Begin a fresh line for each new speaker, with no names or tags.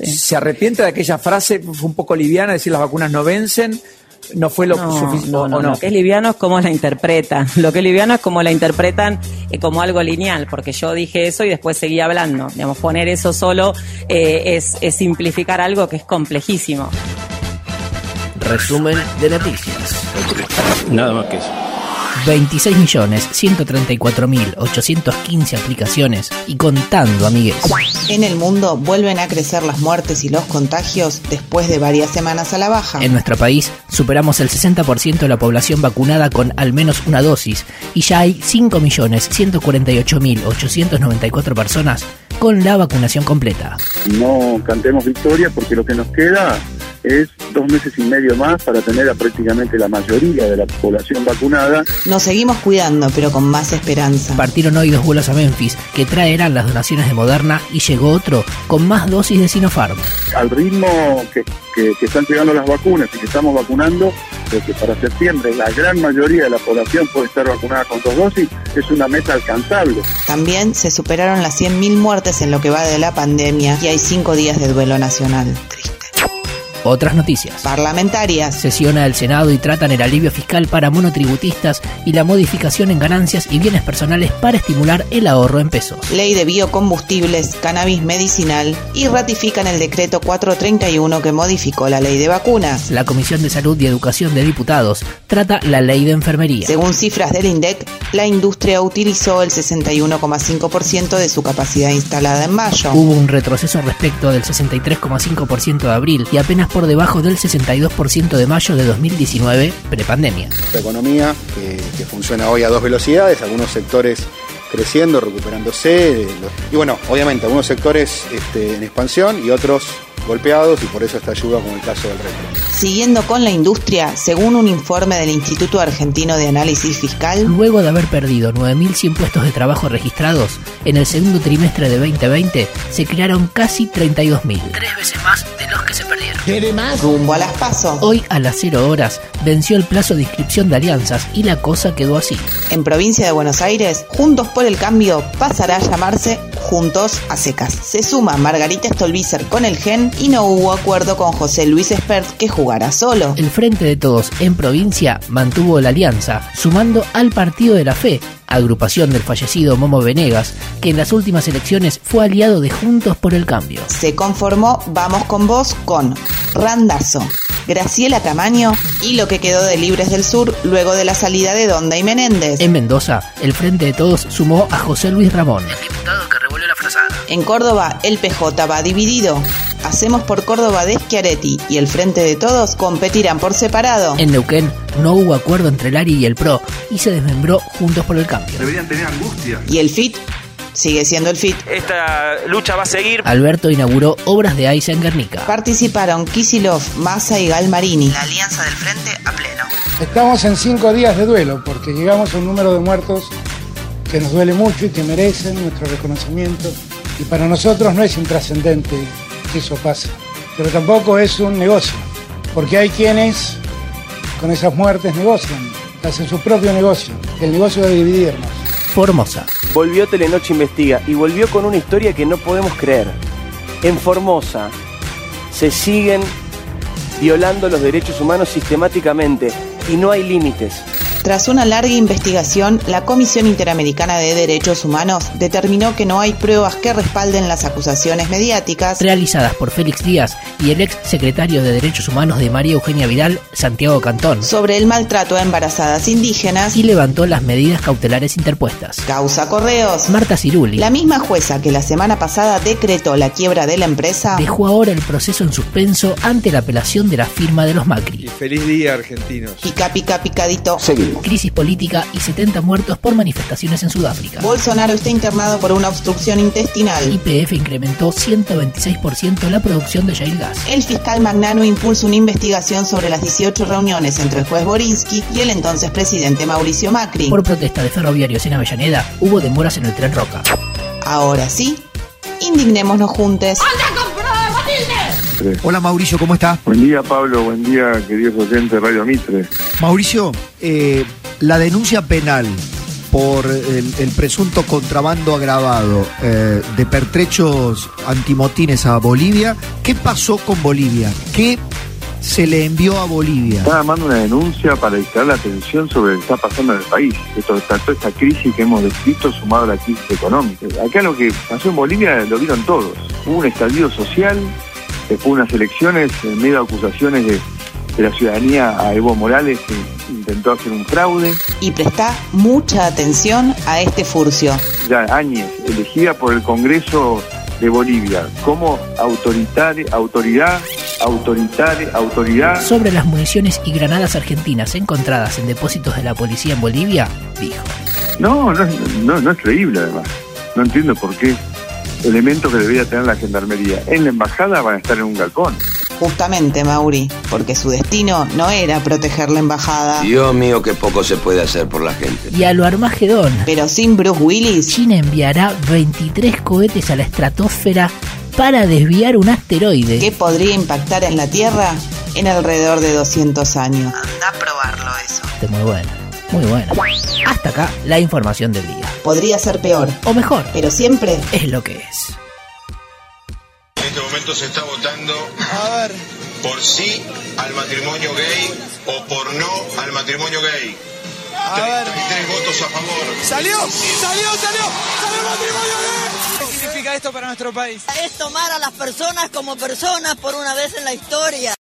¿Se arrepiente de aquella frase? Fue un poco liviana, decir las vacunas no vencen. No fue lo
no,
suficiente.
no, no,
o no.
Lo que es liviano es cómo la interpretan. Lo que es liviano es cómo la interpretan eh, como algo lineal, porque yo dije eso y después seguí hablando. Digamos, poner eso solo eh, es, es simplificar algo que es complejísimo.
Resumen de noticias.
Nada más que eso.
26.134.815 aplicaciones y contando, amigues.
En el mundo vuelven a crecer las muertes y los contagios después de varias semanas a la baja.
En nuestro país superamos el 60% de la población vacunada con al menos una dosis y ya hay 5.148.894 personas con la vacunación completa.
No cantemos victoria porque lo que nos queda es dos meses y medio más para tener a prácticamente la mayoría de la población vacunada.
Nos seguimos cuidando, pero con más esperanza.
Partieron hoy dos vuelos a Memphis que traerán las donaciones de Moderna y llegó otro con más dosis de Sinopharm.
Al ritmo que, que- que están llegando las vacunas y que estamos vacunando, de que para septiembre la gran mayoría de la población puede estar vacunada con dos dosis, es una meta alcanzable.
También se superaron las 100.000 muertes en lo que va de la pandemia y hay cinco días de duelo nacional. Triste.
Otras noticias.
Parlamentarias.
Sesiona el Senado y tratan el alivio fiscal para monotributistas y la modificación en ganancias y bienes personales para estimular el ahorro en pesos.
Ley de biocombustibles, cannabis medicinal y ratifican el decreto 431 que modificó la ley de vacunas.
La Comisión de Salud y Educación de Diputados trata la ley de enfermería.
Según cifras del INDEC, la industria utilizó el 61,5% de su capacidad instalada en mayo.
Hubo un retroceso respecto del 63,5% de abril y apenas por debajo del 62% de mayo de 2019, prepandemia.
nuestra economía que, que funciona hoy a dos velocidades, algunos sectores creciendo, recuperándose, eh, lo- y bueno, obviamente algunos sectores este, en expansión y otros golpeados y por eso esta ayuda como el caso del retro.
Siguiendo con la industria, según un informe del Instituto Argentino de Análisis Fiscal,
Luego de haber perdido 9.100 puestos de trabajo registrados, en el segundo trimestre de 2020 se crearon casi 32.000. Tres veces más de los que se perdieron.
rumbo a las PASO.
Hoy a las 0 horas venció el plazo de inscripción de alianzas y la cosa quedó así.
En provincia de Buenos Aires, Juntos por el Cambio pasará a llamarse Juntos a Secas. Se suma Margarita Stolbizer con el GEN y no hubo acuerdo con José Luis Espert que jugará solo.
El Frente de Todos en provincia mantuvo la alianza, sumando al Partido de la Fe, agrupación del fallecido Momo Venegas, que en las últimas elecciones fue aliado de Juntos por el Cambio.
Se conformó Vamos con Vos con Randazo, Graciela Camaño y lo que quedó de Libres del Sur luego de la salida de Donda y Menéndez.
En Mendoza, el Frente de Todos sumó a José Luis Ramón, el diputado que revolvió la frazada.
En Córdoba, el PJ va dividido. Hacemos por Córdoba de Schiaretti y el Frente de Todos competirán por separado.
En Neuquén no hubo acuerdo entre el ARI y el PRO y se desmembró Juntos por el Cambio.
Y el FIT sigue siendo el FIT.
Esta lucha va a seguir.
Alberto inauguró obras de AISA en Guernica.
Participaron Kisilov, Massa y Galmarini. La alianza del Frente a pleno.
Estamos en cinco días de duelo porque llegamos a un número de muertos que nos duele mucho y que merecen nuestro reconocimiento. Y para nosotros no es intrascendente que eso pase, pero tampoco es un negocio, porque hay quienes con esas muertes negocian, hacen su propio negocio, el negocio de dividirnos.
Formosa.
Volvió Telenoche Investiga y volvió con una historia que no podemos creer. En Formosa se siguen violando los derechos humanos sistemáticamente y no hay límites.
Tras una larga investigación, la Comisión Interamericana de Derechos Humanos determinó que no hay pruebas que respalden las acusaciones mediáticas
realizadas por Félix Díaz y el ex secretario de Derechos Humanos de María Eugenia Vidal, Santiago Cantón,
sobre el maltrato a embarazadas indígenas
y levantó las medidas cautelares interpuestas.
causa correos.
Marta Ciruli
La misma jueza que la semana pasada decretó la quiebra de la empresa
dejó ahora el proceso en suspenso ante la apelación de la firma de los Macri.
feliz día, argentinos.
pica pica picadito.
Crisis política y 70 muertos por manifestaciones en Sudáfrica.
Bolsonaro está internado por una obstrucción intestinal.
YPF incrementó 126% la producción de shale gas.
El fiscal Magnano impulsa una investigación sobre las 18 reuniones entre el juez Borinsky y el entonces presidente Mauricio Macri.
Por protesta de ferroviarios en Avellaneda, hubo demoras en el tren Roca.
Ahora sí, indignémonos juntos.
Hola Mauricio, ¿cómo está?
Buen día, Pablo. Buen día, queridos oyentes de Radio Mitre.
Mauricio, eh, la denuncia penal
por el, el presunto contrabando agravado eh, de pertrechos antimotines a Bolivia. ¿Qué pasó con Bolivia? ¿Qué se le envió a Bolivia?
Está armando una denuncia para dictar la atención sobre lo que está pasando en el país. Esto, está toda esta crisis que hemos descrito sumado a la crisis económica. Acá lo que pasó en Bolivia lo vieron todos. Hubo un estallido social, después unas elecciones en medio de acusaciones de, de la ciudadanía a Evo Morales que intentó hacer un fraude.
Y presta mucha atención a este furcio.
Ya Áñez, elegida por el Congreso de Bolivia como autoritaria, autoridad, autoritaria, autoridad.
Sobre las municiones y granadas argentinas encontradas en depósitos de la policía en Bolivia, dijo.
No, no, es- no, no es creíble además. No entiendo por qué elementos que debería tener la gendarmería en la embajada van a estar en un galpón.
Justamente, Mauri, porque su destino no era proteger la embajada.
Dios mío, qué poco se puede hacer por la gente.
Y a lo Armagedón,
Pero sin Bruce Willis,
China enviará 23 cohetes a la estratosfera para desviar un asteroide.
¿qué podría impactar en la Tierra en alrededor de 200 años? Anda a probarlo eso.
Este Muy buena, muy buena. Hasta acá la información del día.
Podría ser peor,
O mejor,
pero siempre
es lo que es.
En este momento se está votando por sí al matrimonio gay o por no al matrimonio gay. Hay tres votos a favor.
¡Salió! ¡Salió! ¡Salió! ¡Salió el matrimonio ¿Qué significa esto para nuestro país?
Es tomar a las personas como personas por una vez en la historia.